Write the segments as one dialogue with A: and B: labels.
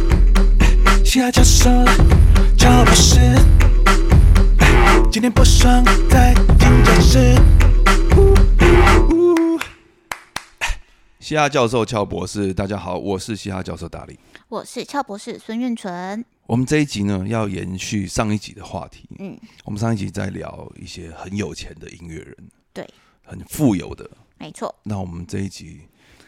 A: 哎嘻哈哎教授俏博士，大家好，我是嘻哈教授大力。
B: 我是俏博士孙运纯。
A: 我们这一集呢，要延续上一集的话题。
B: 嗯，
A: 我们上一集在聊一些很有钱的音乐人，
B: 对，
A: 很富有的。
B: 没错，
A: 那我们这一集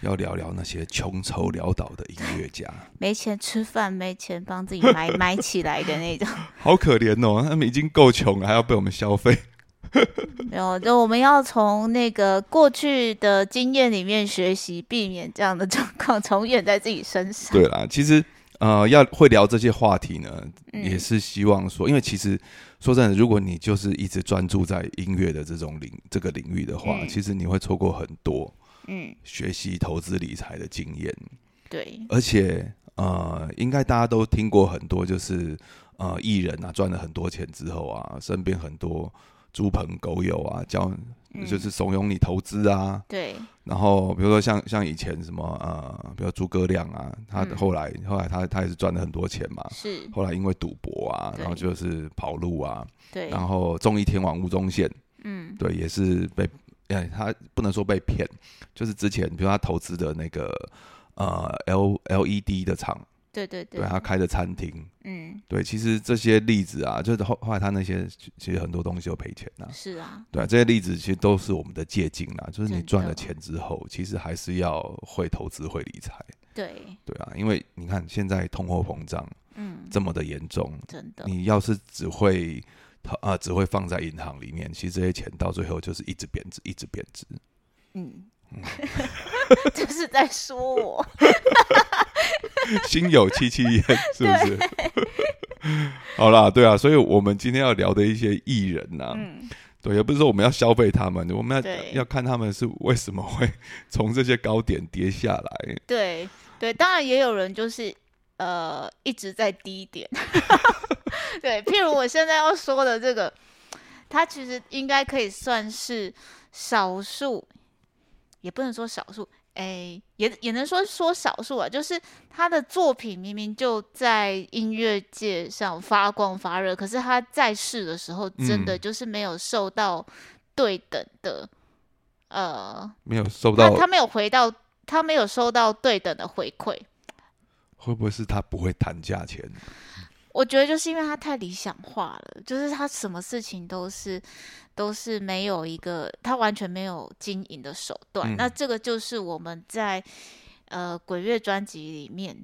A: 要聊聊那些穷愁潦倒的音乐家，
B: 没钱吃饭，没钱帮自己 买买起来的那种。
A: 好可怜哦，他们已经够穷了，还要被我们消费。
B: 没有，就我们要从那个过去的经验里面学习，避免这样的状况 重演在自己身上。
A: 对啦，其实呃，要会聊这些话题呢，
B: 嗯
A: 也是希望说，因为其实说真的，如果你就是一直专注在音乐的这种领这个领域的话，
B: 嗯
A: 其实你会错过很多
B: 嗯，
A: 学习投资理财的经验，
B: 对，
A: 而且呃，应该大家都听过很多，就是呃，艺人啊赚了很多钱之后啊，身边很多猪朋狗友啊，教
B: 嗯
A: 就是怂恿你投资啊，
B: 对，
A: 然后比如说像像以前什么呃，比如诸葛亮啊，他
B: 嗯
A: 后来、后来他他也是赚了很多钱嘛。
B: 是，
A: 后来因为赌博啊，
B: 对
A: 然后就是跑路啊，
B: 对，
A: 然后中一天王吴宗宪，
B: 嗯，
A: 对，也是被，哎，他不能说被骗，就是之前比如他投资的那个呃 L L E D 的厂，
B: 对对对
A: 对，他开的餐厅，
B: 嗯，
A: 对，其实这些例子啊，就是后后来他那些其实很多东西都赔钱呐、
B: 是啊，
A: 对、啊，这些例子其实都是我们的借鉴啦，就是你
B: 真的
A: 赚了钱之后，其实还是要会投资、会理财，
B: 对，
A: 对啊，因为你看现在通货膨胀
B: 嗯，
A: 这么的严重，
B: 真的，
A: 你要是只会投啊、只会放在银行里面，其实这些钱到最后就是一直贬值，一直贬 值。
B: 嗯， 这是在说我，
A: 心有戚戚焉，是不是？ 好啦，对啊，所以我们今天要聊的一些艺人呐、
B: 嗯，
A: 对，也不是说我们要消费他们，我们
B: 对
A: 要要看他们是为什么会从这些高点跌下来。
B: 对对，当然也有人就是呃一直在低点， 对，譬如我现在要说的这个，它其实应该可以算是少数，也不能说少数，哎、也也能说说少数啊，就是他的作品明明就在音乐界上发光发热，可是他在世的时候真的
A: 嗯
B: 就是没有受到对等的。呃，
A: 没有收
B: 他
A: 到，
B: 他没有回到，他没有收到对等的回馈。
A: 会不会是他不会谈价钱？
B: 我觉得就是因为他太理想化了，就是他什么事情都是都是没有一个，他完全没有经营的手段。
A: 嗯
B: 那这个就是我们在呃鬼月专辑里面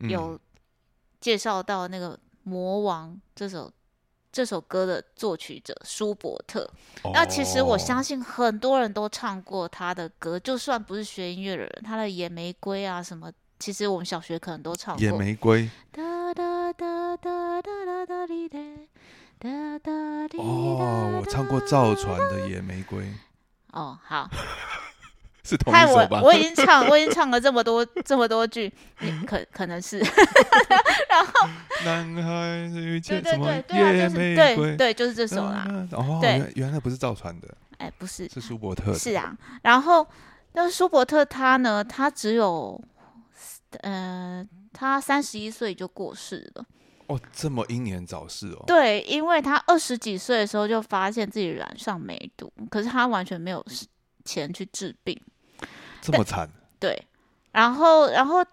A: 嗯
B: 有介绍到那个《魔王》这首这首歌的作曲者舒伯特。那其实我相
A: 哦
B: 信很多人都唱过他的歌，就算不是学音乐的人，他的《野玫瑰》啊什么，其实我们小学可能都唱
A: 野
B: 过。
A: 玫瑰
B: 哒哒哒哒哒哒哒哩哒哒哒哩哒
A: 哦，我唱过赵传的《野玫瑰》，
B: 哦， 好，
A: 是同
B: 害
A: 一
B: 我
A: 首吧？
B: 我已经唱我已经唱了这么多这么多句，你可可能是
A: 男孩遇
B: 对
A: 见
B: 对
A: 什么
B: 对对
A: 野
B: 啊，就是
A: 玫
B: 对
A: 瑰？
B: 对就是这首啦，
A: 嗯。哦，
B: 对
A: 原原来不是赵传的，
B: 哎不是
A: 是舒伯特的。
B: 是，啊，然后那舒伯特他呢，他只有，呃，他三十一岁就过世了。
A: 哦，这么英年早逝哦。
B: 对，因为他二十几岁的时候就发现自己染上梅毒，可是他完全没有时钱去治病。
A: 这么惨。
B: 对，然后然后，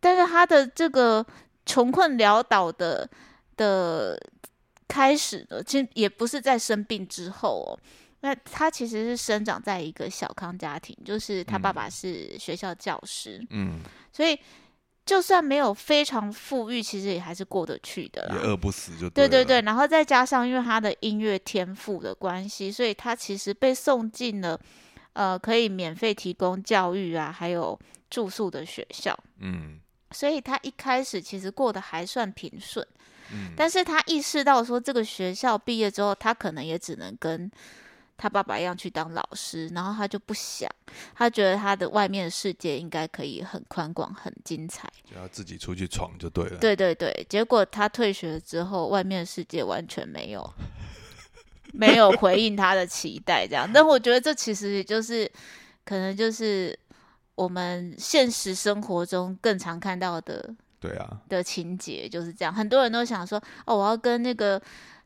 B: 但是他的这个穷困潦倒的的开始呢，其实也不是在生病之后哦。那他其实是生长在一个小康家庭，就是他爸
A: 嗯
B: 爸是学校教师，
A: 嗯，
B: 所以就算没有非常富裕，其实也还是过得去的
A: 也
B: 啦。
A: 饿不死就对啊
B: 对对
A: 了
B: 对，，然后再加上因为他的音乐天赋的关系，所以他其实被送进了呃可以免费提供教育啊，还有住宿的学校，
A: 嗯
B: 所以他一开始其实过得还算平顺，
A: 嗯，
B: 但是他意识到说这个学校毕业之后，他可能也只能跟。他爸爸一样去当老师，然后他就不想，他觉得他的外面的世界应该可以很宽广、很精彩。
A: 就要自己出去闯就对了。，
B: 对对对，结果他退学之后，外面的世界完全没有没有回应他的期待，这样。但我觉得这其实也就是可能就是我们现实生活中更常看到的
A: 对啊，
B: 的情节就是这样。很多人都想说，哦，我要跟那个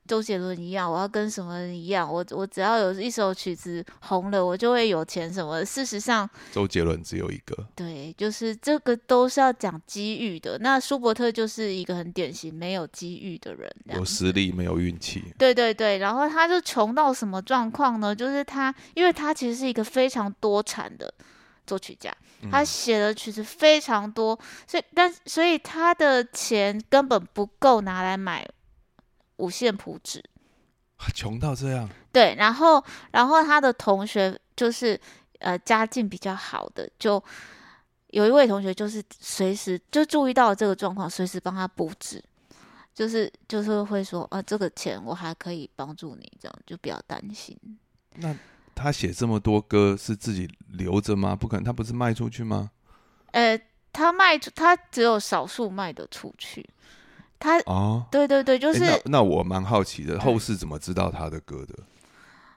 B: 周杰伦一样，我要跟什么人一样，我我只要有一首曲子红了，我就会有钱什么的。事实上，
A: 周杰伦只有一个，
B: 对，就是这个都是要讲机遇的。那舒伯特就是一个很典型没有机遇的人，这样
A: 有实力没有运气。
B: 对对对，然后他就穷到什么状况呢？就是他，因为他其实是一个非常多产的作曲家，
A: 嗯
B: 他写的曲子非常多，所以但所以他的钱根本不够拿来买五线谱纸。
A: 啊穷到这样，
B: 对，然后然后他的同学就是呃家境比较好的，就有一位同学就是随时就注意到这个状况，随时帮他布置，就是就是会说啊这个钱我还可以帮助你，这样就不要担心。
A: 那他写这么多歌是自己留着吗？不可能，他不是卖出去吗？
B: 呃，他卖出他只有少数卖得出去，他
A: 哦，
B: 对对对，就
A: 诶
B: 是、
A: 那那我蛮好奇的，后世怎么知道他的歌的？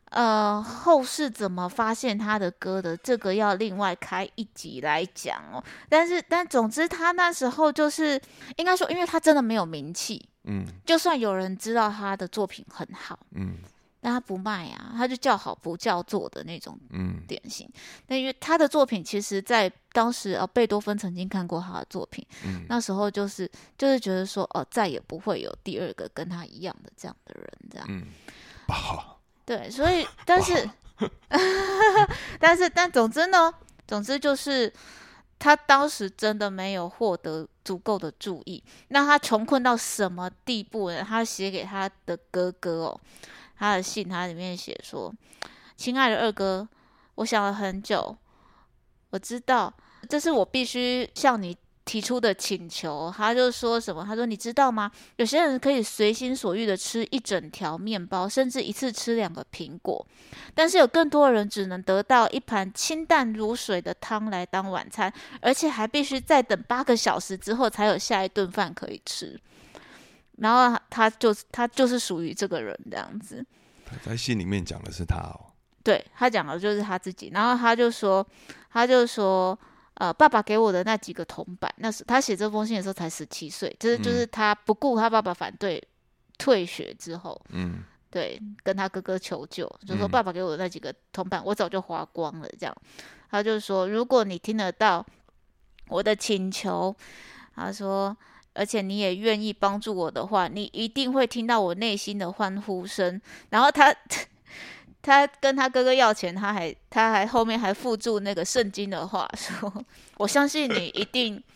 B: 呃，后世怎么发现他的歌的，这个要另外开一集来讲哦。但是，但总之，他那时候就是应该说，因为他真的没有名气，
A: 嗯
B: 就算有人知道他的作品很好，
A: 嗯
B: 但他不卖啊，他就叫好不叫座的那种
A: 嗯，
B: 典型。那因为他的作品，其实在当时呃，贝多芬曾经看过他的作品，
A: 嗯
B: 那时候就是就是觉得说，哦、再也不会有第二个跟他一样的这样的人，这样。
A: 嗯，不好，
B: 对，所以但是， 但是但总之呢，总之就是他当时真的没有获得足够的注意。那他穷困到什么地步呢？他写给他的哥哥哦，他的信，他里面写说：“亲爱的二哥，我想了很久，我知道这是我必须向你。”提出的请求，他就说什么？他说：“你知道吗？有些人可以随心所欲的吃一整条面包，甚至一次吃两个苹果，但是有更多人只能得到一盘清淡如水的汤来当晚餐，而且还必须再等八个小时之后才有下一顿饭可以吃。然后他就他就是属于这个人这样子，
A: 他在信里面讲的是他哦，
B: 对他讲的就是他自己，然后他就说，他就说，呃，爸爸给我的那几个铜板，那是他写这封信的时候才十七岁，就是就是他不顾他爸爸反对退学之后，
A: 嗯
B: 对，跟他哥哥求救，就说
A: 嗯
B: 爸爸给我的那几个铜板，我早就花光了。这样，他就说，如果你听得到我的请求，他说，而且你也愿意帮助我的话，你一定会听到我内心的欢呼声。然后他 他跟他哥哥要钱，他还他还后面还附注那个圣经的话，说我相信你一定。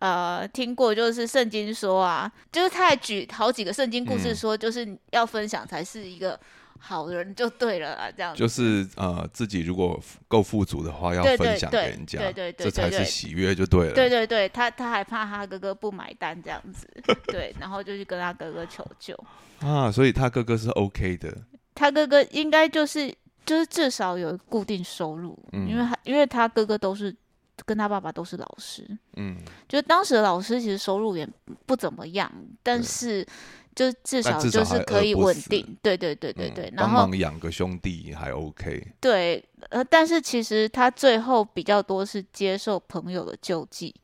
B: 呃，听过就是圣经说啊，就是他还举好几个圣经故事
A: 嗯
B: 说，就是要分享才是一个好人就对了啦，这样子
A: 就是呃，自己如果够富足的话，要
B: 对对
A: 分享给
B: 对
A: 人家，
B: 对对对
A: 这才
B: 对
A: 是
B: 对
A: 喜悦就对了。
B: 对对对，他他还怕他哥哥不买单这样子，对，然后就去跟他哥哥求救。
A: 啊，所以他哥哥是 OK 的，
B: 他哥哥应该就是就是至少有固定收入，
A: 嗯
B: 因为他因为他哥哥都是跟他爸爸都是老师，
A: 嗯，
B: 就当时的老师其实收入也不怎么样，但
A: 对
B: 是就至
A: 但
B: 少
A: 至
B: 就
A: 少还
B: 是可
A: 饿
B: 以
A: 不
B: 稳
A: 死
B: 定。对对对对
A: 嗯
B: 对，然
A: 帮
B: 后
A: 忙养个兄弟还 OK，
B: 对，呃，但是其实他最后比较多是接受朋友的救济，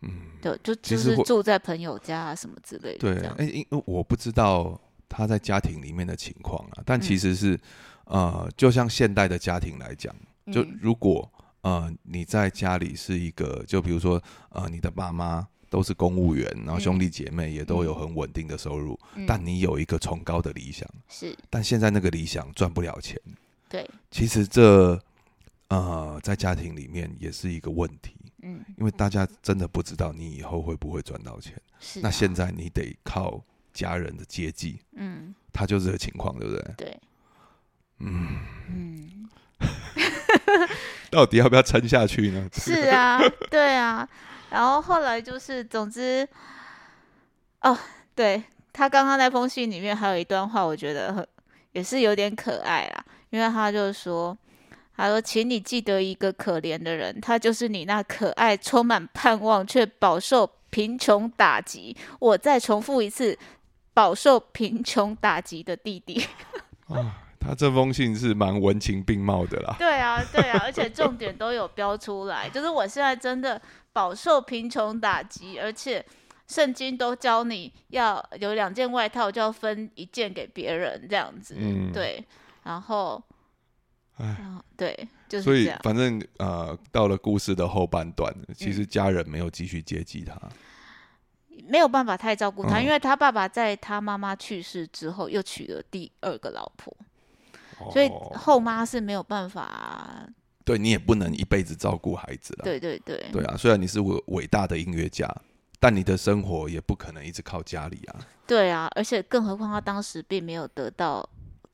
B: 嗯，对，就
A: 其
B: 就
A: 实
B: 是
A: 会
B: 住在朋友家啊什么之类的，
A: 对
B: 这，样，
A: 哎、因为我不知道他在家庭里面的情况啊，但其
B: 嗯
A: 实是、呃，就像现代的家庭来讲，就
B: 嗯
A: 如果、呃你在家里是一个，就比如说呃你的爸妈都是公务员，然后兄
B: 嗯
A: 弟姐妹也都有
B: 嗯
A: 很稳定的收入，
B: 嗯
A: 但你有一个崇高的理想，
B: 是
A: 但现在那个理想赚不了钱，
B: 对，
A: 其实这呃在家庭里面也是一个问题。
B: 嗯，
A: 因为大家真的不知道你以后会不会赚到钱，
B: 是啊、
A: 那现在你得靠家人的接济，
B: 嗯，
A: 他就这个情况，对不对？
B: 对，
A: 嗯，
B: 嗯，
A: 到底要不要撑下去呢？
B: 是啊，对啊，然后后来就是，总之，哦，对他刚刚那封信里面还有一段话，我觉得很也是有点可爱啦，因为他就说。他说：“请你记得一个可怜的人，他就是你那可爱、充满盼望却饱受贫穷打击。我再重复一次，饱受贫穷打击的弟弟。”
A: 啊他这封信是蛮文情并茂的啦。
B: 对啊，对啊，而且重点都有标出来，就是我现在真的饱受贫穷打击，而且圣经都教你要有两件外套，就要分一件给别人这样子，
A: 嗯，，
B: 对，然后，
A: 唉
B: 然后对，就是
A: 所
B: 这
A: 以
B: 样。嗯
A: 反正呃，到了故事的后半段，其实家人没有继续接济他，
B: 没有办法太照顾他，
A: 嗯
B: 因为他爸爸在他妈妈去世之后又娶了第二个老婆，所以
A: 哦
B: 后妈是没有办法。
A: 对你也不能一辈子照顾孩子了。
B: 对对对，
A: 对啊，虽然你是伟伟大的音乐家，但你的生活也不可能一直靠家里啊。
B: 对啊，而且更何况他当时并没有得到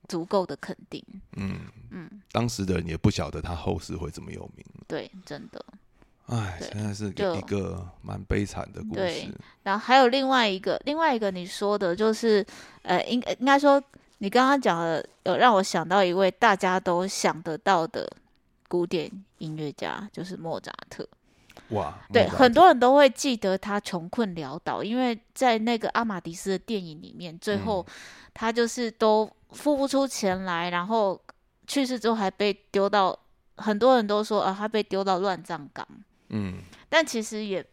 B: 足够的肯定。
A: 嗯
B: 嗯，
A: 当时的人也不晓得他后世会这么有名。
B: 对，真的。
A: 哎，
B: 对
A: 真的是
B: 就
A: 一个蛮悲惨的故
B: 对
A: 事。
B: 然后还有另外一个，另外一个你说的就是，呃，应应该说你刚刚讲的，有让我想到一位大家都想得到的古典音乐家，就是莫扎特。
A: 哇，
B: 对，
A: 莫扎
B: 很
A: 特
B: 多人都会记得他穷困潦倒，因为在那个阿马迪斯的电影里面，最后
A: 嗯
B: 他就是都付不出钱来，然后去世之后还被丢到，很多人都说啊，他被丢到乱葬岗，
A: 嗯，
B: 但其实也，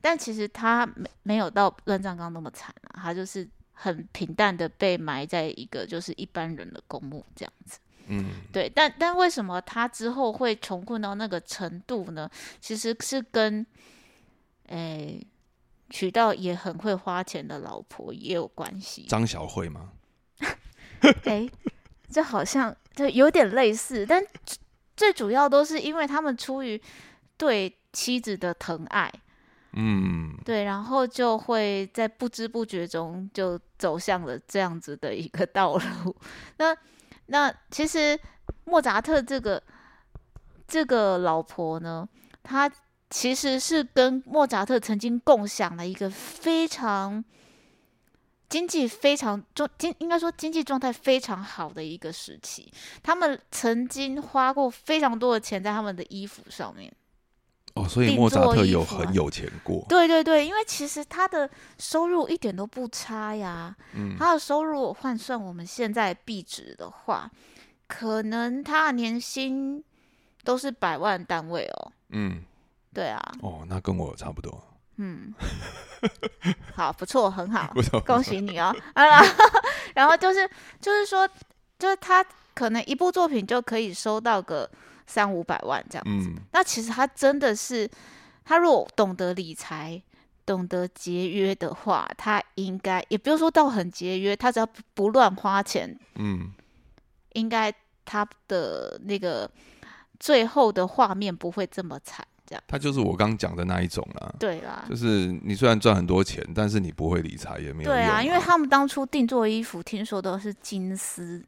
B: 但其实他没没有到乱葬岗那么惨啊，他就是很平淡的被埋在一个就是一般人的公墓这样子。
A: 嗯，
B: 对，但但为什么他之后会穷困到那个程度呢？其实是跟，诶、娶到也很会花钱的老婆也有关系。
A: 张小慧吗？
B: 诶、这好像这有点类似，但最最主要都是因为他们出于对妻子的疼爱，
A: 嗯，
B: 对，然后就会在不知不觉中就走向了这样子的一个道路。那那其实莫扎特这个这个老婆呢，她其实是跟莫扎特曾经共享了一个非常经济非常状经应该说经济状态非常好的一个时期。他们曾经花过非常多的钱在他们的衣服上面。
A: 哦，所以
B: 定
A: 莫扎
B: 做
A: 特
B: 衣
A: 有
B: 服啊
A: 很有钱过。
B: 对对对，因为其实他的收入一点都不差呀，
A: 嗯
B: 他的收入换算我们现在币值的话，可能他的年薪都是百万单位哦。
A: 嗯，
B: 对啊，
A: 哦，那跟我差不多。
B: 嗯，好，不错，很好，
A: 不错，
B: 恭喜你哦。 啊，然后然后就是就是说，就是他可能一部作品就可以收到个三五百万这样子。
A: 嗯
B: 那其实他真的是，他如果懂得理财、懂得节约的话，他应该也不用说到很节约，他只要不不乱花钱，
A: 嗯，
B: 应该他的那个最后的画面不会这么惨。这样
A: 他就是我刚讲的那一种啦。
B: 对啊啦，
A: 就是你虽然赚很多钱，但是你不会理财也没有
B: 对
A: 用
B: 啊，因为他们当初定做衣服，听说都是金丝。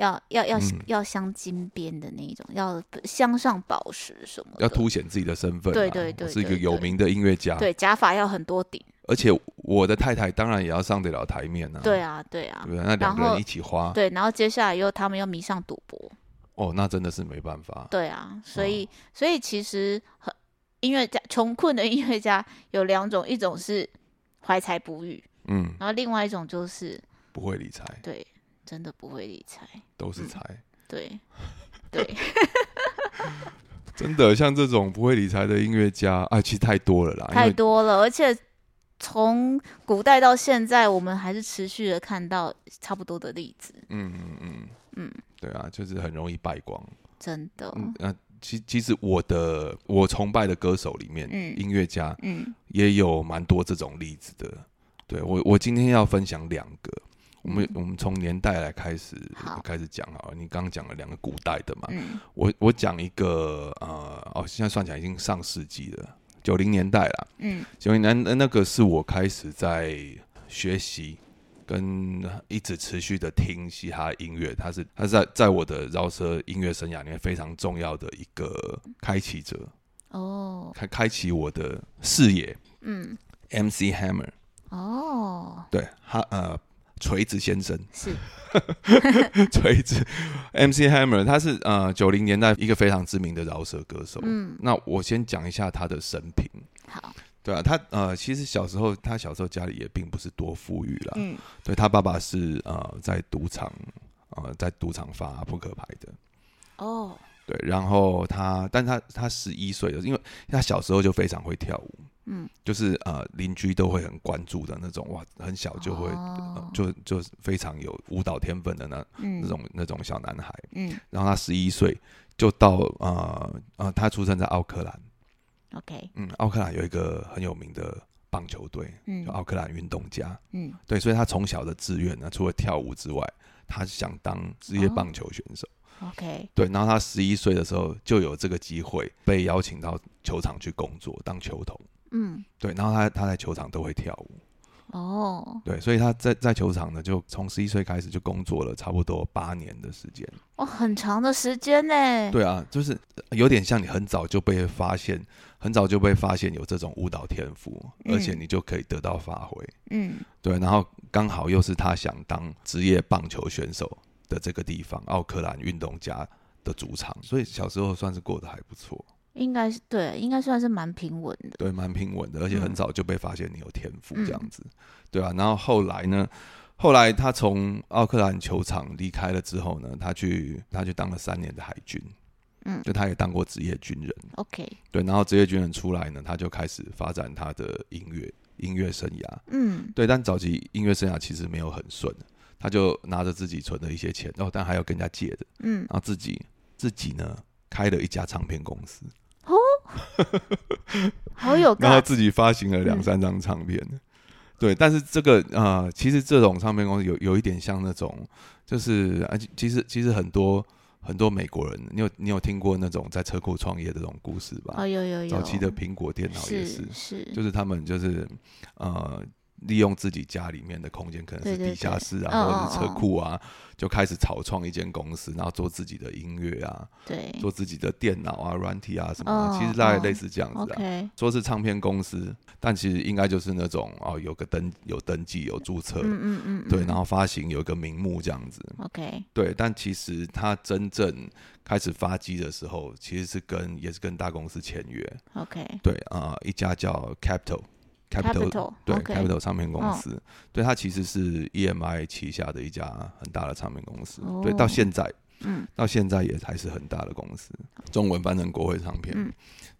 B: 要要要、
A: 嗯
B: 要镶金边的那一种，要镶上宝石什么的，
A: 要啊凸显自己的身份啊。
B: 对对对
A: 我是一个
B: 对
A: 有
B: 对
A: 名的音乐家。
B: 对假发要很多顶，
A: 而且我的太太当然也要上得了台面啊。
B: 对啊对啊
A: 对，不对？那两个
B: 然后
A: 人一起花，
B: 对，然后接下来又他们又迷上赌博，
A: 哦，那真的是没办法。
B: 对啊，所
A: 哦
B: 以、所以其实很音乐家穷困的音乐家有两种，一种是怀才不遇，
A: 嗯，
B: 然后另外一种就是
A: 不会理财
B: 对真的不会理财，
A: 都是
B: 嗯
A: 财，
B: 对对
A: 啊真的像这种不会理财的音乐家，啊，其实太多了啦。因
B: 太
A: 为
B: 多了，而且从古代到现在，我们还是持续的看到差不多的例子，
A: 嗯嗯嗯
B: 嗯，
A: 对啊，就是很容易败光。
B: 真的，
A: 嗯，那、其其实我的我崇拜的歌手里面，
B: 嗯
A: 音乐家
B: 嗯
A: 也有蛮多这种例子的。对我，我今天要分享两个。我们我们从年代来开始
B: 嗯好
A: 开始讲好了，你刚刚讲了两个古代的嘛，
B: 嗯
A: 我我讲一个呃哦，现在算起来已经上世纪了，九零年代啦。
B: 嗯
A: 九零年代那个是我开始在学习跟一直持续的听嘻哈音乐，它是它是在在我的饶舌音乐生涯里面非常重要的一个开启者，
B: 哦
A: 开开启我的视野。
B: 嗯
A: MC Hammer，
B: 哦
A: 对他呃锤子先生，
B: 是
A: 锤子 MC Hammer，他是呃九零年代一个非常知名的饶舌歌手。
B: 嗯
A: 那我先讲一下他的生平。
B: 好
A: 对啊，他呃，其实小时候他小时候家里也并不是多富裕啦。
B: 嗯
A: 对他爸爸是呃在赌场呃在赌场发扑克牌的。
B: 哦
A: 对，然后他，但他他十一岁的，因为他小时候就非常会跳舞，
B: 嗯，
A: 就是呃邻居都会很关注的那种，哇，很小就会、呃
B: 哦
A: 就就是非常有舞蹈天分的那那
B: 嗯
A: 种那种小男孩。
B: 嗯
A: 然后他十一岁就到呃呃，他出生在奥克兰，
B: ，OK，
A: 嗯，奥克兰有一个很有名的棒球队，
B: 嗯
A: 就啊奥克兰运动家，
B: 嗯，
A: 对，所以他从小的志愿呢，除了跳舞之外，他想当职业
B: 哦
A: 棒球选手。
B: OK，
A: 对，然后他十一岁的时候就有这个机会被邀请到球场去工作，当球童。
B: 嗯，
A: 对，然后他他在球场都会跳舞，
B: 哦，
A: 对，所以他在在球场呢，就从十一岁开始就工作了差不多八年的时间。
B: 哦，很长的时间呢。
A: 对啊，就是有点像你很早就被发现，很早就被发现有这种舞蹈天赋，而且
B: 嗯
A: 你就可以得到发挥。
B: 嗯
A: 对，然后刚好又是他想当职业棒球选手的这个地方，奥克兰运动家的主场，所以小时候算是过得还不错，
B: 应该是对，应该算是蛮平稳的。
A: 对，蛮平稳的，而且很
B: 嗯
A: 早就被发现你有天赋
B: 嗯
A: 这样子，对啊。然后后来呢，后来他从奥克兰球场离开了之后呢，他去他去当了三年的海军，
B: 嗯
A: 就他也当过职业军人，
B: OK，
A: 对，然后职业军人出来呢，他就开始发展他的音乐音乐生涯，
B: 嗯
A: 对，但早期音乐生涯其实没有很顺，他就拿着自己存的一些钱，哦，但还要跟人家借的，
B: 嗯，
A: 然后自己自己呢开了一家唱片公司，
B: 好有
A: 然后
B: 感。
A: 自己发行了两
B: 嗯
A: 三张唱片。对，但是这个啊，呃其实这种唱片公司有有一点像那种，就是啊，其其实其实很多很多美国人，你有你有听过那种在车库创业的这种故事吧？
B: 哦，有有有，
A: 早期的苹果电脑也是
B: 是，是，
A: 就是他们就是呃利用自己家里面的空间，可能是
B: 对对
A: 地下
B: 对
A: 室
B: 嗯
A: 啊，或者是
B: 嗯
A: 车
B: 嗯
A: 库啊，就开始草创一间公司，然后做自己的音乐啊，
B: 对
A: 做自己的电脑啊、软体啊什么的，其实
B: 嗯
A: 大概
B: 嗯
A: 类似这样子啊。
B: ，OK，
A: 说是唱片公司，但其实应该就是那种哦，有个登有登记有注册，
B: 嗯嗯嗯，哦
A: 对，
B: 嗯
A: 然后发行有一个名目这样子，
B: OK，
A: 对。但其实他真正开始发迹的时候，其实是跟也是跟大公司签约，
B: OK
A: 对啊、呃一家叫 Capital。
B: Capital，
A: 对
B: OK 嗯
A: Capital 唱片公司，对它其实是 EMI 旗下的一家很大的唱片公司，
B: 哦
A: 对，到现在，
B: 嗯，
A: 到现在也还是很大的公司，中文翻成国会唱片，
B: 嗯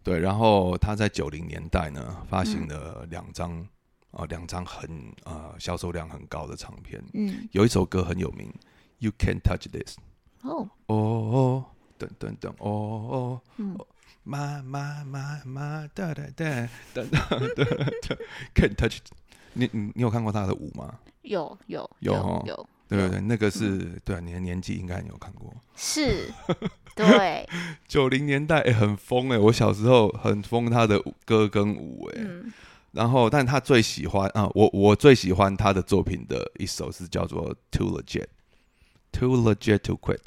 A: 对，然后他在九零年代呢发
B: 嗯
A: 行了两张，啊、两张很呃销售量很高的唱片，
B: 嗯，
A: 有一首歌很有名，You Can't Touch This，
B: 哦，
A: 哦哦，等等等，哦哦。
B: 嗯
A: 妈妈妈妈哒哒哒哒哒哒哒，Can touch？你你你有看过他的舞吗？
B: 有有
A: 有哦
B: 有有，
A: 对不对？那个是对啊，你的年纪应该有看过。
B: 是，对，
A: 九零年代、欸、很疯哎、我小时候很疯他的舞歌跟舞哎、
B: 嗯
A: 然后，但他最喜欢啊、我我最喜欢他的作品的一首是叫做《Too Legit》，Too Legit to Quit。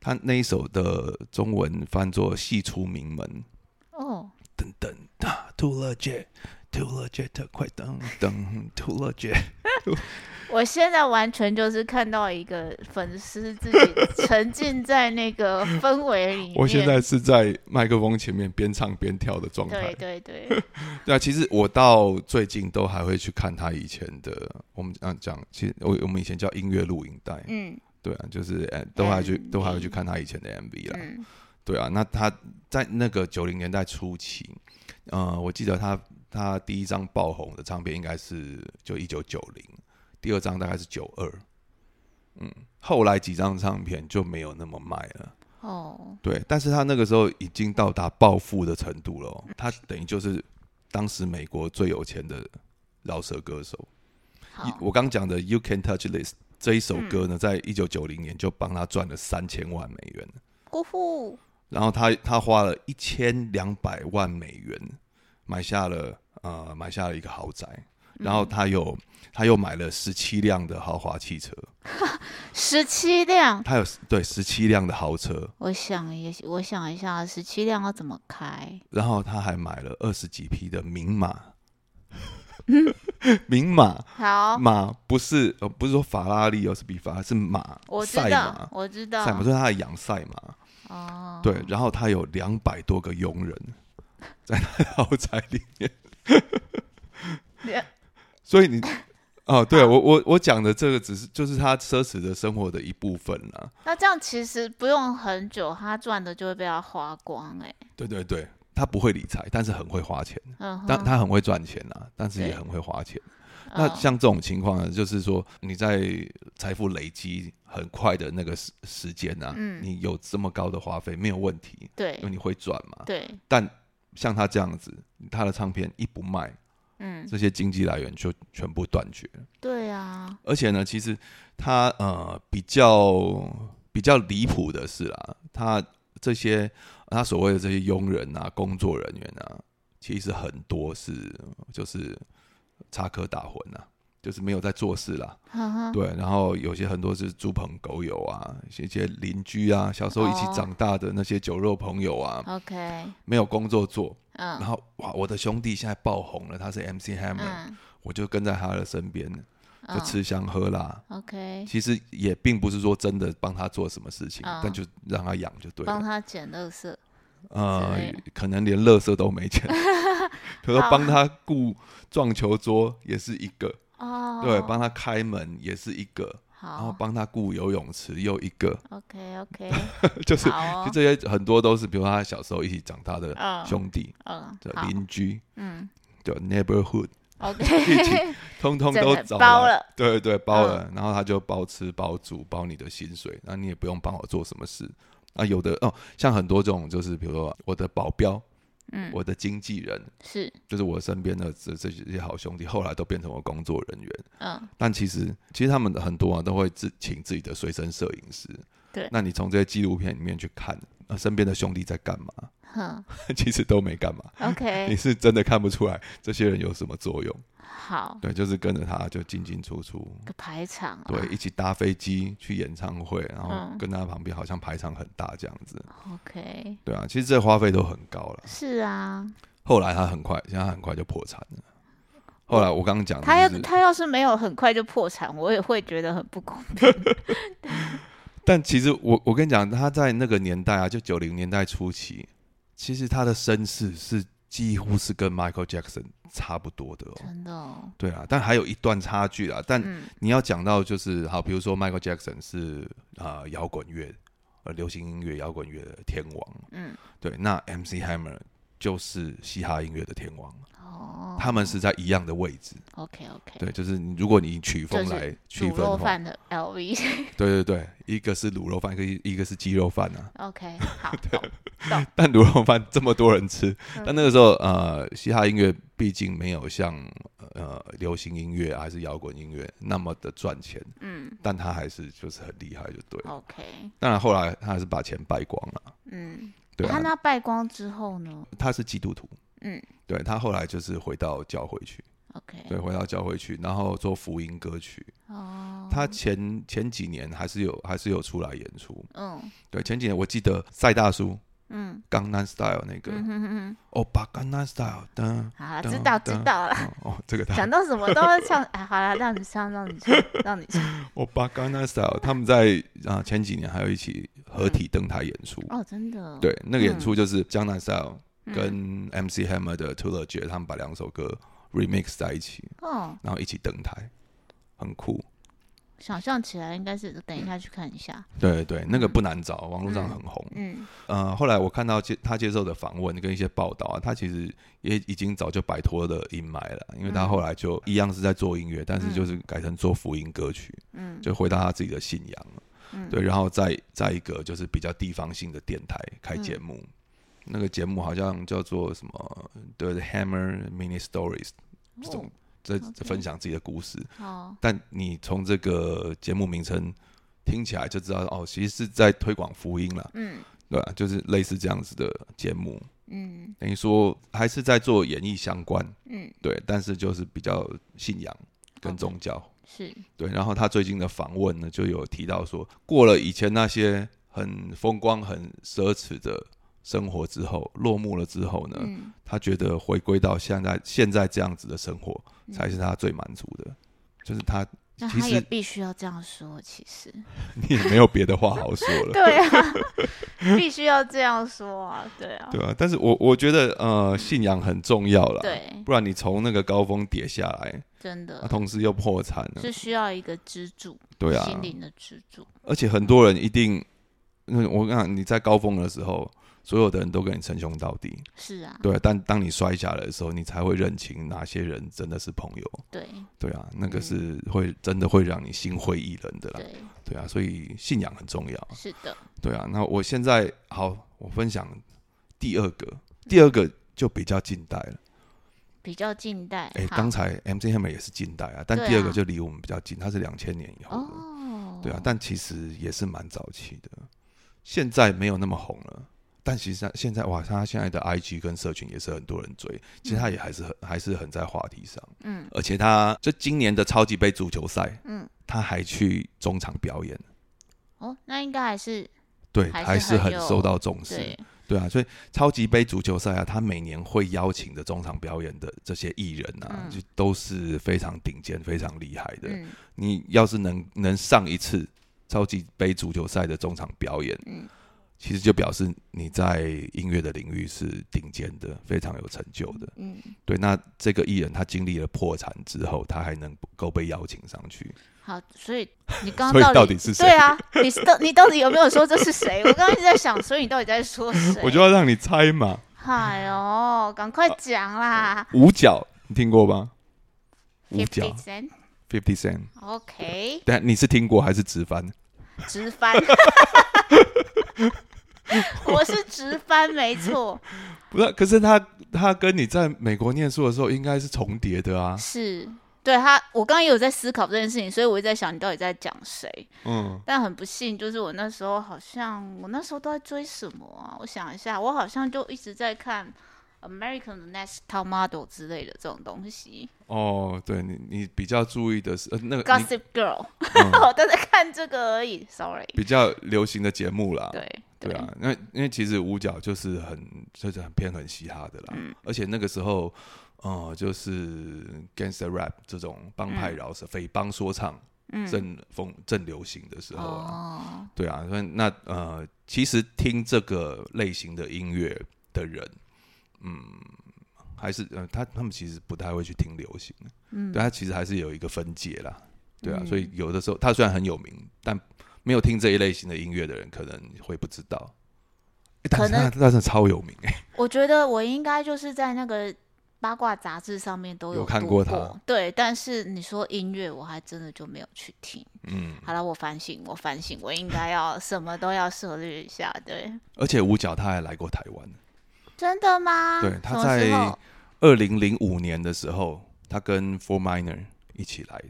A: 他那一首的中文翻作“戏出名门”，
B: 哦，
A: 等等啊，too legit，too legit，快 等等，too legit，
B: 我现在完全就是看到一个粉丝自己沉浸在那个氛围里面，
A: 我现在是在麦克风前面边唱边跳的状态
B: 对。对对，
A: 对啊，其实我到最近都还会去看他以前的，我们啊讲，其实我我们以前叫音乐录影带，
B: 嗯
A: 对啊，就是哎，都还去
B: MV
A: 都还会去看他以前的 MV 啦。
B: 嗯
A: 对啊，那他在那个九零年代初期，呃，我记得他他第一张爆红的唱片应该是就一九九零，第二张大概是九二，嗯，后来几张唱片就没有那么卖了。
B: 哦，
A: 对，但是他那个时候已经到达暴富的程度了哦、他等于就是当时美国最有钱的饶舌歌手。一
B: 好，
A: 我刚讲的《You Can Touch This》这一首歌呢，在一九九零年就帮他赚了三千万美元。
B: 呼呼，
A: 然后他他花了一千两百万美元买下了呃买下了一个豪宅，然后他有他又买了十七辆的豪华汽车，
B: 十七辆，
A: 他有对十七辆的豪车，
B: 我想也我想一下，十七辆要怎么开？
A: 然后他还买了二十几匹的名 马，名马
B: 好，
A: 马不是呃不是说法拉利哦，是比法拉是马
B: 我知
A: 赛
B: 道
A: 马，
B: 我知
A: 赛马，
B: 道，
A: 所以他还养赛马，
B: 哦，
A: 对，然后他有两百多个佣人在他的豪宅里面。
B: 对，
A: 所以 你哦，对我我我讲的这个只是就是他奢侈的生活的一部分啊啦。
B: 那这样其实不用很久，他赚的就会被他花光、欸，哎，
A: 对对对，他不会理财，但是很会花钱，
B: 嗯
A: 但
B: 哼，
A: 他很会赚钱啊，但是也
B: 对
A: 很会花钱。那
B: 嗯
A: 像这种情况呢，就是说你在财富累积很快的那个时时间啊，
B: 嗯
A: 你有这么高的花费没有问题，因为
B: 对
A: 你会赚嘛。
B: 对，
A: 但像他这样子，他的唱片一不卖，
B: 嗯，
A: 这些经济来源就全部断绝了。
B: 对啊，
A: 而且呢，其实他呃比较比较离谱的是啦，他这些他所谓的这些佣人啊、工作人员啊，其实很多是就是插科打诨啊，就是没有在做事啦。
B: 哈哈，
A: 对，然后有些很多是猪朋狗友啊，一些邻居啊，小时候一起
B: 哦
A: 长大的那些酒肉朋友啊，
B: ，OK，
A: 没有工作做，然
B: 嗯
A: 后哇，我的兄弟现在爆红了，他是 MC Hammer，、
B: 嗯
A: 我就跟在他的身边，就
B: 嗯
A: 吃香喝辣。
B: ，OK，
A: 其实也并不是说真的帮他做什么事情，
B: 嗯
A: 但就让他养就对
B: 帮
A: 了。
B: 他捡垃圾，
A: 呃
B: 之类的，
A: 可能连垃圾都没 钱， 比如说帮他雇撞球桌也是一个，
B: 哦，
A: 对，帮他开门也是一个，然后
B: 好
A: 帮他雇游泳池又一个，
B: ，OK OK，
A: 就是
B: 哦好
A: 就
B: 哦，
A: 这些很多都是，比如说他小时候一起长大的
B: 嗯
A: 兄弟、
B: 嗯，
A: 对
B: 好，
A: 邻居、
B: 嗯
A: 对 neighborhood，一起
B: ，OK，
A: 通通
B: 真
A: 都
B: 的
A: 找
B: 包
A: 来
B: 了，
A: 对对，包
B: 嗯
A: 了，然后他就包吃包住包你的薪水，那你也不用帮我做什么事。啊，有的哦，像很多这种，就是比如说我的保镖，
B: 嗯，
A: 我的经纪人，
B: 是，
A: 就是我身边的这这些好兄弟，后来都变成我工作人员。
B: 嗯，
A: 但其实其实他们很多啊，都会自请自己的随身摄影师。
B: 对
A: 那你从这些纪录片里面去看，呃，身边的兄弟在干嘛？
B: 哼
A: 其实都没干嘛，你
B: ，OK，
A: 是真的看不出来这些人有什么作用。
B: 好，
A: 对，就是跟着他就进进出出，
B: 个排场，
A: 对，一起搭飞机去演唱会，然后
B: 嗯
A: 跟他旁边好像排场很大这样子，
B: ，OK，
A: 对啊，其实这花费都很高了。
B: 是啊，
A: 后来他很快，现在他很快就破产了。后来我刚刚讲的
B: 他要
A: 就是，
B: 他要是没有很快就破产，我也会觉得很不公平。
A: 但其实我我跟你讲，他在那个年代啊，就九零年代初期，其实他的身世是几乎是跟 Michael Jackson 差不多的哦。
B: 真的、哦，
A: 对啊，但还有一段差距啊。但
B: 嗯
A: 你要讲到就是好，比如说 Michael Jackson 是啊摇滚乐、呃流行音乐、摇滚乐的天王，
B: 嗯，
A: 对，那 MC Hammer 就是嘻哈音乐的天王，
B: 哦，
A: 他们是在一样的位置，
B: OK OK，
A: 对，就是你如果你以曲风
B: 就是
A: 来区
B: 卤
A: 分的
B: 肉
A: 话，
B: 饭的 LV，OK，、
A: 对对对，一个是卤肉饭，一个一个是鸡肉饭啊。
B: OK，好，懂
A: 但卤肉饭这么多人吃，
B: 嗯
A: 但那个时候呃，嘻哈音乐毕竟没有像呃流行音乐啊还是摇滚音乐那么的赚钱，
B: 嗯
A: 但他还是就是很厉害，就对了。
B: ，OK，
A: 当然后来他还是把钱败光了，
B: 嗯，
A: 对
B: 他
A: 啊，
B: 那败光之后呢
A: 他是基督徒，
B: 嗯，
A: 对他后来就是回到教会去，
B: ？OK，
A: 对，回到教会去，然后做福音歌曲。
B: 哦，
A: 他前前几年还是有还是有出来演出，
B: 嗯
A: 对，前几年我记得赛大叔
B: 嗯
A: 《江南 Style》那个，
B: 嗯哼哼哼，
A: 哦，把《江南 Style》的，
B: 好啦，
A: 懂
B: 知道知
A: 懂
B: 道了。
A: 哦哦，这个他，
B: 讲到什么都要唱，哎，好了，让你唱，让你唱，让你唱。
A: 我把《江南 Style》，他们在啊、前几年还有一起合体登台演出，
B: 哦，真的，
A: 对，那个演出就是《江南 Style》
B: 嗯，
A: 跟 MC Hammer 的《t o l e g e 他们把两首歌 remix 在一起，
B: 哦，
A: 然后一起登台，很酷。
B: 想象起来应该是，等一下去看一下。
A: 对对，那个
B: 嗯
A: 不难找，网络上
B: 嗯
A: 很红。
B: 嗯，
A: 呃，后来我看到接他接受的访问跟一些报道啊，他其实也已经早就摆脱了阴霾了，因为他
B: 嗯
A: 后来就一样是在做音乐，但是
B: 嗯
A: 就是改成做福音歌曲，
B: 嗯
A: 就回到他自己的信仰了。
B: 嗯
A: 对，然后再再一个就是比较地方性的电台开节目，
B: 嗯
A: 那个节目好像叫做什么对 The Hammer Mini Stories 这种
B: 哦，
A: 在
B: OK
A: 分享自己的故事，
B: 好，
A: 但你从这个节目名称听起来就知道哦，其实是在推广福音了。
B: 嗯
A: 对吧、就是类似这样子的节目，
B: 嗯
A: 等于说还是在做演艺相关，
B: 嗯，
A: 对，但是就是比较信仰跟
B: OK
A: 宗教。
B: 是，
A: 对，然后他最近的访问呢，就有提到说，过了以前那些很风光、很奢侈的生活之后，落幕了之后呢，
B: 嗯，
A: 他觉得回归到现在现在这样子的生活，
B: 嗯
A: 才是他最满足的。就是他，
B: 那
A: 其
B: 他也
A: 实
B: 必须要这样说，其 实，
A: 你也没有别的话好说了。
B: 对啊， 必须要这样说啊，对啊，
A: 对啊，但是我我觉得呃，信仰很重要啦。
B: 对，
A: 不然你从那个高峰跌下来，
B: 真
A: 啊、
B: 的
A: 同时又破产了，
B: 是需要一个支柱，
A: 对啊，
B: 心灵的支柱，
A: 而且很多人一定，那我跟你讲，你在高峰的时候，所有的人都跟你称兄道弟，
B: 是啊，
A: 对。但当你摔下来的时候，你才会认清哪些人真的是朋友，
B: 对
A: 对啊，那个
B: 嗯
A: 是会真的会让你心灰意冷的啦，
B: 对，
A: 对啊，所以信仰很重要，
B: 是的，
A: 对啊。那我现在好，我分享第二个，第二个就比较近代了。
B: 比较近代。
A: 哎、
B: 好
A: 刚才 MC Hammer 也是近代啊，但
B: 对
A: 第二个
B: 啊
A: 就离我们比较近，它是两千年以后的，
B: 哦，
A: 对啊，但其实也是蛮早期的，现在没有那么红了。但其实它现在哇，他现在的 IG 跟社群也是很多人追，其实他也还是很、还是很在话题上，
B: 嗯
A: 而且他就今年的超级杯足球赛，
B: 嗯，
A: 他还去中场表演，
B: 哦，那应该还是
A: 对，
B: 还是
A: 还是
B: 很
A: 很
B: 有
A: 受到重视，
B: 对，
A: 对啊，所以超级杯足球赛啊，他每年会邀请的中场表演的这些艺人啊，
B: 嗯
A: 就都是非常顶尖、非常厉害的。
B: 嗯
A: 你要是能能上一次超级杯足球赛的中场表演，
B: 嗯
A: 其实就表示你在音乐的领域是顶尖的，非常有成就的。
B: 嗯，
A: 对，那这个艺人他经历了破产之后，他还能够被邀请上去，
B: 好，所以你刚
A: 所以
B: 刚
A: 到
B: 底
A: 底是谁
B: 对啊，你是到你到底有没有说这是谁？我刚刚一直在想，所以你到底在说谁？
A: 我就啊要让你猜嘛。
B: 哎呦，赶快讲啦
A: 五角，你听过吗？五角
B: ！Fifty Cent。
A: Fifty Cent，
B: OK，
A: 但你是听过还是直翻？
B: 直翻，我是直翻，没错，
A: 不是，可是他他跟你在美国念书的时候应该是重叠的啊。
B: 是对他。我刚刚也有在思考这件事情，所以我一直在想你到底在讲谁。
A: 嗯，
B: 但很不幸，就是我那时候好像我那时候都在追什么啊？我想一下，我好像就一直在看 American 的 Next Top Model 之类的这种东西
A: 哦，对你你比较注意的是、呃、那个你嗯
B: ，Gossip Girl，、我 都在看这个而已。Sorry，
A: 比较流行的节目啦。
B: 对
A: 对啊，那因为其实五角就是很就是很偏很嘻哈的啦，
B: 嗯
A: 而且那个时候，呃，就是 gangster rap 这种帮
B: 嗯
A: 派饶舌、匪帮说唱正风正流行的时候啊，
B: 哦，
A: 对啊，所以那呃，其实听这个类型的音乐的人，嗯，还是呃，他他们其实不太会去听流行，嗯，对他其实还是有一个分界啦，对啊，所以有的时候他虽然很有名，但没有听这一类型的音乐的人可能会不知道，诶但
B: 可
A: 是他他是超有名诶，
B: 我觉得我应该就是在那个八卦杂志上面都
A: 有看
B: 看
A: 过
B: 过
A: 他，
B: 对。但是你说音乐，我还真的就没有去听。
A: 嗯，
B: 好了，我反省，我反省，我应该要什么都要涉猎一下。对，
A: 而且五角他还来过台湾，
B: 真的吗？
A: 对他
B: 什么时候
A: 二零零五年的时候，他跟 Four Minor 一起来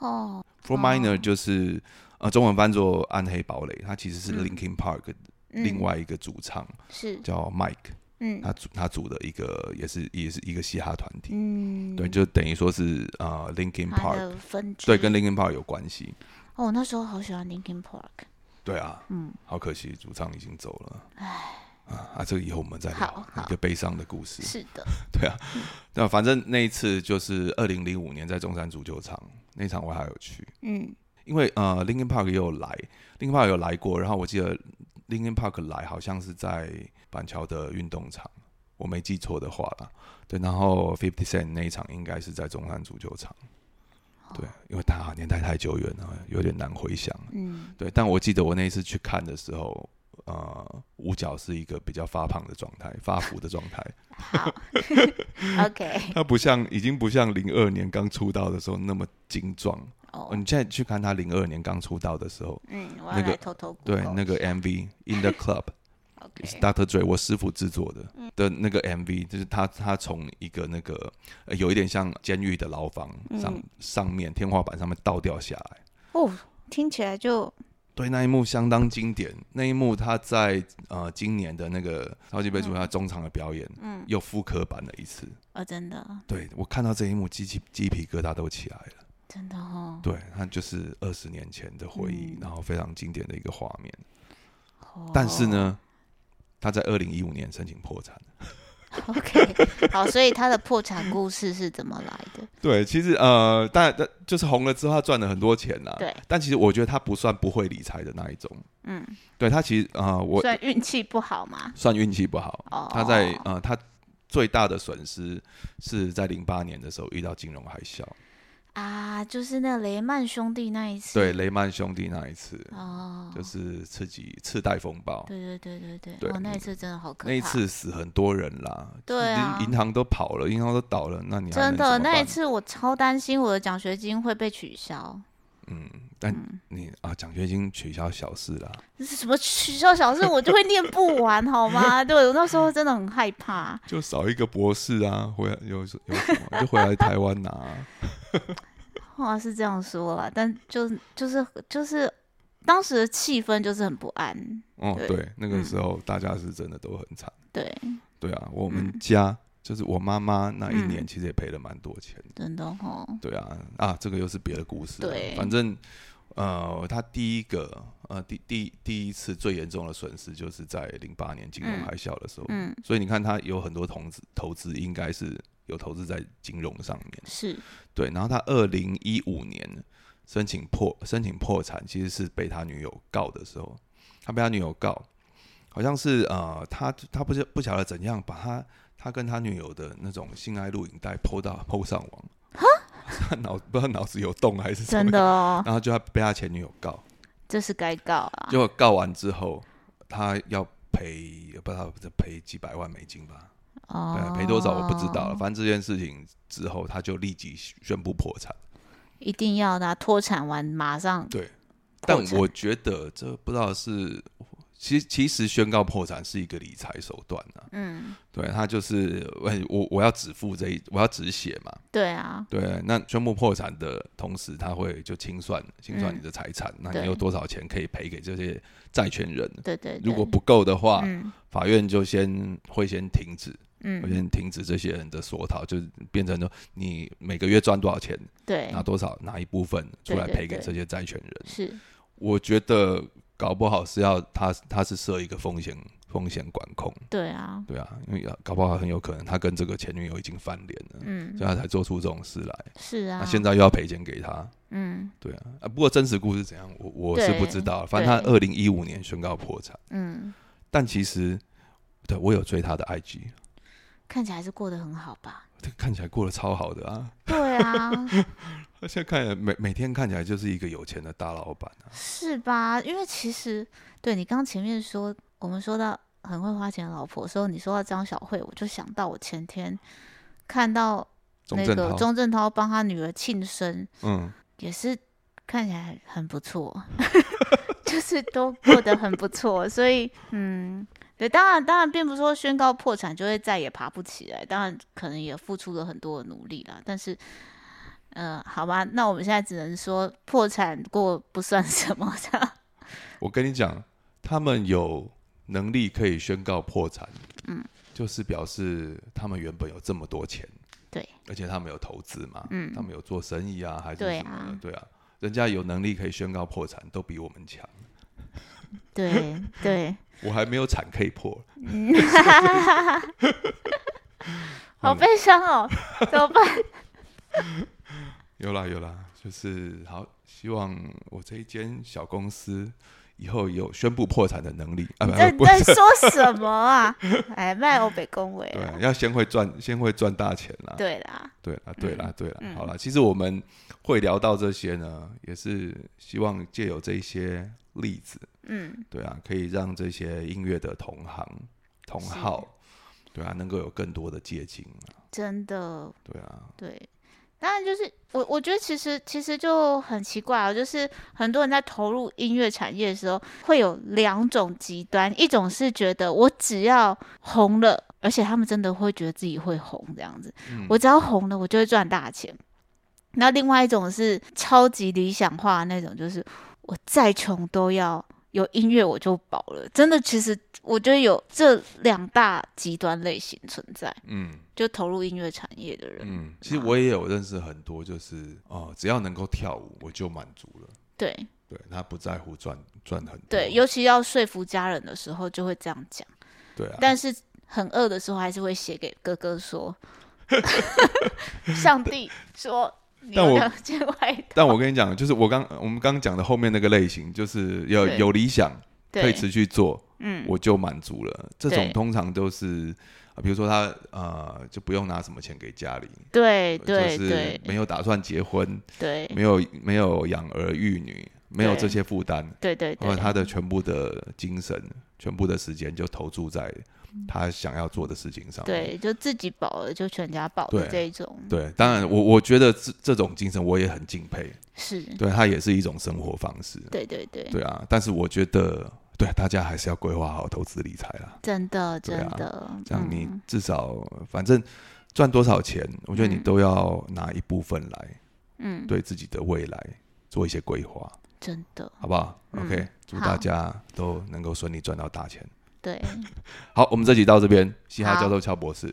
B: 哦，
A: Four
B: 哦
A: Minor 就是、呃，中文翻作暗黑堡垒，它其实是
B: 嗯
A: Linkin Park
B: 嗯
A: 另外一个主唱、
B: 是
A: 叫 Mike，
B: 嗯
A: 他组他组的一个也是也是一个嘻哈团体，
B: 嗯，
A: 对，就等于说是呃 Linkin
B: 他
A: Park，
B: 的分支
A: 对，跟 Linkin Park 有关系，
B: 哦，我那时候好喜欢 Linkin Park。
A: 对啊，
B: 嗯，
A: 好可惜主唱已经走了，啊啊，这个以后我们再聊
B: 好好
A: 一个悲伤的故事，
B: 是 的，
A: 对啊，那反正那一次就是二零零五年在中山足球场那场我还有去，
B: 嗯
A: 因为呃，Linkin Park 也有来，Linkin Park 有来过，然后我记得 Linkin Park 来好像是在板桥的运动场，我没记错的话啦。对，然后 Fifty Cent 那一场应该是在中山足球场，对，因为它年代太久远了，有点难回想。
B: 嗯
A: 对，但我记得我那一次去看的时候，呃，五角是一个比较发胖的状态，发福的状态，
B: ，OK，
A: 它不像已经不像零二年刚出道的时候那么精壮。哦，
B: 哦，
A: 你现在去看他零二年刚出道的时候。
B: 嗯，我
A: 那
B: 要
A: 个
B: 来偷偷
A: 对
B: Google
A: 那个
B: 一下
A: MV In the Club 是
B: OK，
A: Dr. Dre 我师傅制作的的那个 MV，就是他他从一个那个、呃有一点像监狱的牢房上、上面天花板上面倒掉下来，
B: 哦，听起来就
A: 对那一幕相当经典。那一幕他在呃今年的那个超级杯足球赛中场的表演，嗯，又复刻版了一次。
B: 哦，真的
A: 对我看到这一幕，鸡鸡鸡皮疙瘩都起来了。
B: 真的哦，
A: 对，它就是二十年前的回忆，然后非常经典的一个画面。
B: 哦
A: 但是呢，他在二零一五年申请破产。
B: ，OK，好，所以他的破产故事是怎么来的？
A: 对，其实呃，但但就是红了之后，他赚了很多钱啦。
B: 对，
A: 但其实我觉得他不算不会理财的那一种。
B: 嗯，
A: 对他其实呃，我
B: 算运气不好嘛？
A: 算运气不好。
B: 哦，
A: 他在呃，他最大的损失是在零八年的时候遇到金融海啸。
B: 啊，就是那雷曼兄弟那一次。
A: 对，。雷曼兄弟那一次，
B: 哦。
A: 就是刺激次贷风暴，
B: 对对对对对。
A: 对
B: 哦，那一次真的好可怕。
A: 那一次死很多人啦，
B: 对啊
A: 银银行都跑了，银行都倒了，那你还
B: 真
A: 能
B: 的
A: 怎么
B: 那一
A: 办，
B: 次，我超担心我的奖学金会被取消。
A: 嗯，但
B: 嗯
A: 你啊，奖学金取消小事啦，
B: 什么取消小事，我就会念不完，好吗？ 对我那时候真的很害怕。
A: 就少一个博士啊，回来有有什么就回来台湾拿 啊、
B: 话是这样说啦，但就就是就是当时的气氛就是很不安。
A: 哦，
B: 对
A: 对，那个
B: 嗯
A: 时候大家是真的都很惨。
B: 对，
A: 对啊，我们
B: 嗯
A: 家、就是我妈妈那一年
B: 嗯
A: 其实也赔了蛮多钱。
B: 真的哦吼，
A: 对啊，啊，这个又是别的故事了。
B: 对
A: 反正呃，他第一个呃第第第一次最严重的损失就是在零八年金融
B: 嗯
A: 海啸的时候。
B: 嗯，
A: 所以你看，他有很多投资投资应该是有投资在金融上面。
B: 是，
A: 对，然后他二零一五年申请破申请破产，其实是被他女友告的时候，他被他女友告，好像是呃，他他不是不晓得怎样把他他跟他女友的那种性爱录影带抛到抛上网，他脑不知道脑子有洞还是怎
B: 真
A: 么
B: 的
A: 样，
B: 哦，
A: 然后就要被他前女友告，
B: 这是该告啊。
A: 结果告完之后，他要赔不知道赔几百万美金吧，
B: 哦
A: 对，，啊赔多少我不知道了，，反正这件事情之后，他就立即宣布破产。
B: 一定要的啊，脱产完马上。
A: 对，但
B: 破产
A: 我觉得这不知道是，其实其实宣告破产是一个理财手段啊。
B: 嗯，
A: 对，他就是哎我我要只付这一，我要只写嘛。
B: 对啊，
A: 对，那宣布破产的同时，他会就清算清算
B: 嗯
A: 你的财产，那
B: 对
A: 你有多少钱可以赔给这些债权人？
B: 对对对。
A: 如果不够的话，
B: 嗯
A: 法院就先会先停止，会
B: 嗯，
A: 先停止这些人的索讨，就是变成说你每个月赚多少钱，
B: 对
A: 拿，多少拿一部分出
B: 对
A: 来
B: 对
A: 赔给
B: 对
A: 这些债权人。
B: 是，
A: 我觉得搞不好是要他他是设一个风险风险管控，
B: 对啊，
A: 对啊，因为搞不好很有可能他跟这个前女友已经翻脸了，
B: 嗯
A: 所，以他才做出这种事来。
B: 是
A: 那、
B: 啊。
A: 现，在又要赔钱给他，
B: 嗯
A: 对啊啊。不过真实故事怎样，我我是
B: 对
A: 不知道。反正他
B: 对
A: 二零一五年宣告破产，
B: 嗯，
A: 但其实对我有追他的 IG，
B: 看起来是过得很好 吧？
A: 他看起来过得超好的啊。
B: 对啊，
A: 他现在看起来每每天看起来就是一个有钱的大老板啊，
B: 是吧？因为其实对你刚前面说，我们说到很会花钱的老婆的时候，你说到张小慧，我就想到我前天看到
A: 钟
B: 那
A: 镇
B: 个
A: 涛，
B: 钟镇涛帮他女儿庆生，
A: 嗯，
B: 也是看起来很不错， 就是都过得很不错，所以嗯。对，当然，当然，并不是说宣告破产就会再也爬不起来。当然，可能也付出了很多的努力啦。但是，呃，好吧，那我们现在只能说破产过不算什么这样。
A: 我跟你讲，他们有能力可以宣告破产，
B: 嗯，
A: 就是表示他们原本有这么多钱，
B: 对，
A: 而且他们有投资嘛，
B: 嗯
A: 他们有做生意啊，还是
B: 对
A: 什么的，
B: 啊
A: 对啊，人家有能力可以宣告破产，都比我们强，
B: 对 对，
A: 我还没有产可以破，
B: 好
A: 嗯
B: 悲伤哦，怎 么办？
A: 有啦有啦，就是好，希望我这一间小公司以后有宣布破产的能力啊，不
B: 在
A: 不
B: 在说什么啊？ 哎，卖欧北恭维
A: 对
B: 了。
A: 啊，要先会赚，先会赚大钱啦，
B: 对啦，
A: 对啦，对啦，对啦，
B: 嗯
A: 好啦，其实我们会聊到这些呢，也是希望借由这一些例子，
B: 嗯，
A: 对啊，可以让这些音乐的同行、同
B: 是
A: 好，对啊，能够有更多的借鉴啊，
B: 真的
A: 对啊，
B: 对。当然，就是我，我觉得其实其实就很奇怪哦，就是很多人在投入音乐产业的时候，会有两种极端，一种是觉得我只要红了，而且他们真的会觉得自己会红这样子，
A: 嗯
B: 我只要红了，我就会赚大钱。那另外一种是超级理想化的那种，就是我再穷都要有音乐我就饱了。真的，其实我觉得有这两大极端类型存在，
A: 嗯
B: 就投入音乐产业的人，
A: 嗯，其实我也有认识很多，就是哦、呃只要能够跳舞，我就满足了，
B: 对
A: 对他不在乎赚赚很多，
B: 对，尤其要说服家人的时候就会这样讲，
A: 对啊，
B: 但是很饿的时候还是会写给哥哥说， 上帝说你
A: 但
B: 有
A: 我
B: 两件外套，
A: 但我跟你讲，就是我刚我们刚讲的后面那个类型，就是要
B: 对
A: 有理想，可以
B: 对，
A: 持续做，
B: 嗯，
A: 我就满足了。这种
B: 对
A: 通常都是啊，比如说他呃就不用拿什么钱给家里，呃
B: 对
A: 就
B: 哎对
A: 是
B: 对
A: 没有打算结婚，
B: 对
A: 没有没有养儿育女，没有这些负担，
B: 对对
A: 然后
B: 对，
A: 哦他的全部的精神、全部的时间就投注在他想要做的事情上面。
B: 嗯对就自己保了就全家保的
A: 对啊
B: 这一种，
A: 对，当然我我觉得这这种精神我也很敬佩，
B: 是，
A: 对他也是一种生活方式。
B: 对对嗯对，
A: 对啊，但是我觉得，对大家还是要规划好投资理财啦。
B: 真的
A: 对
B: 真
A: 啊
B: 的，
A: 这样你
B: 嗯
A: 至少，呃反正赚多少钱，我觉得你
B: 嗯
A: 都要拿一部分来
B: 嗯，
A: 对自己的未来做一些规划，
B: 真的
A: 好不好
B: 嗯
A: ？OK，祝
B: 好
A: 大家都能够顺利赚到大钱。
B: 对，
A: 好，我们这集到这边，嘻哈
B: 好
A: 教授乔博士，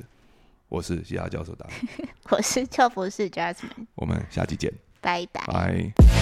A: 我是嘻哈教授达，
B: 我是俏博士 Jasmine，
A: 我们下期见，
B: 拜拜。
A: 拜。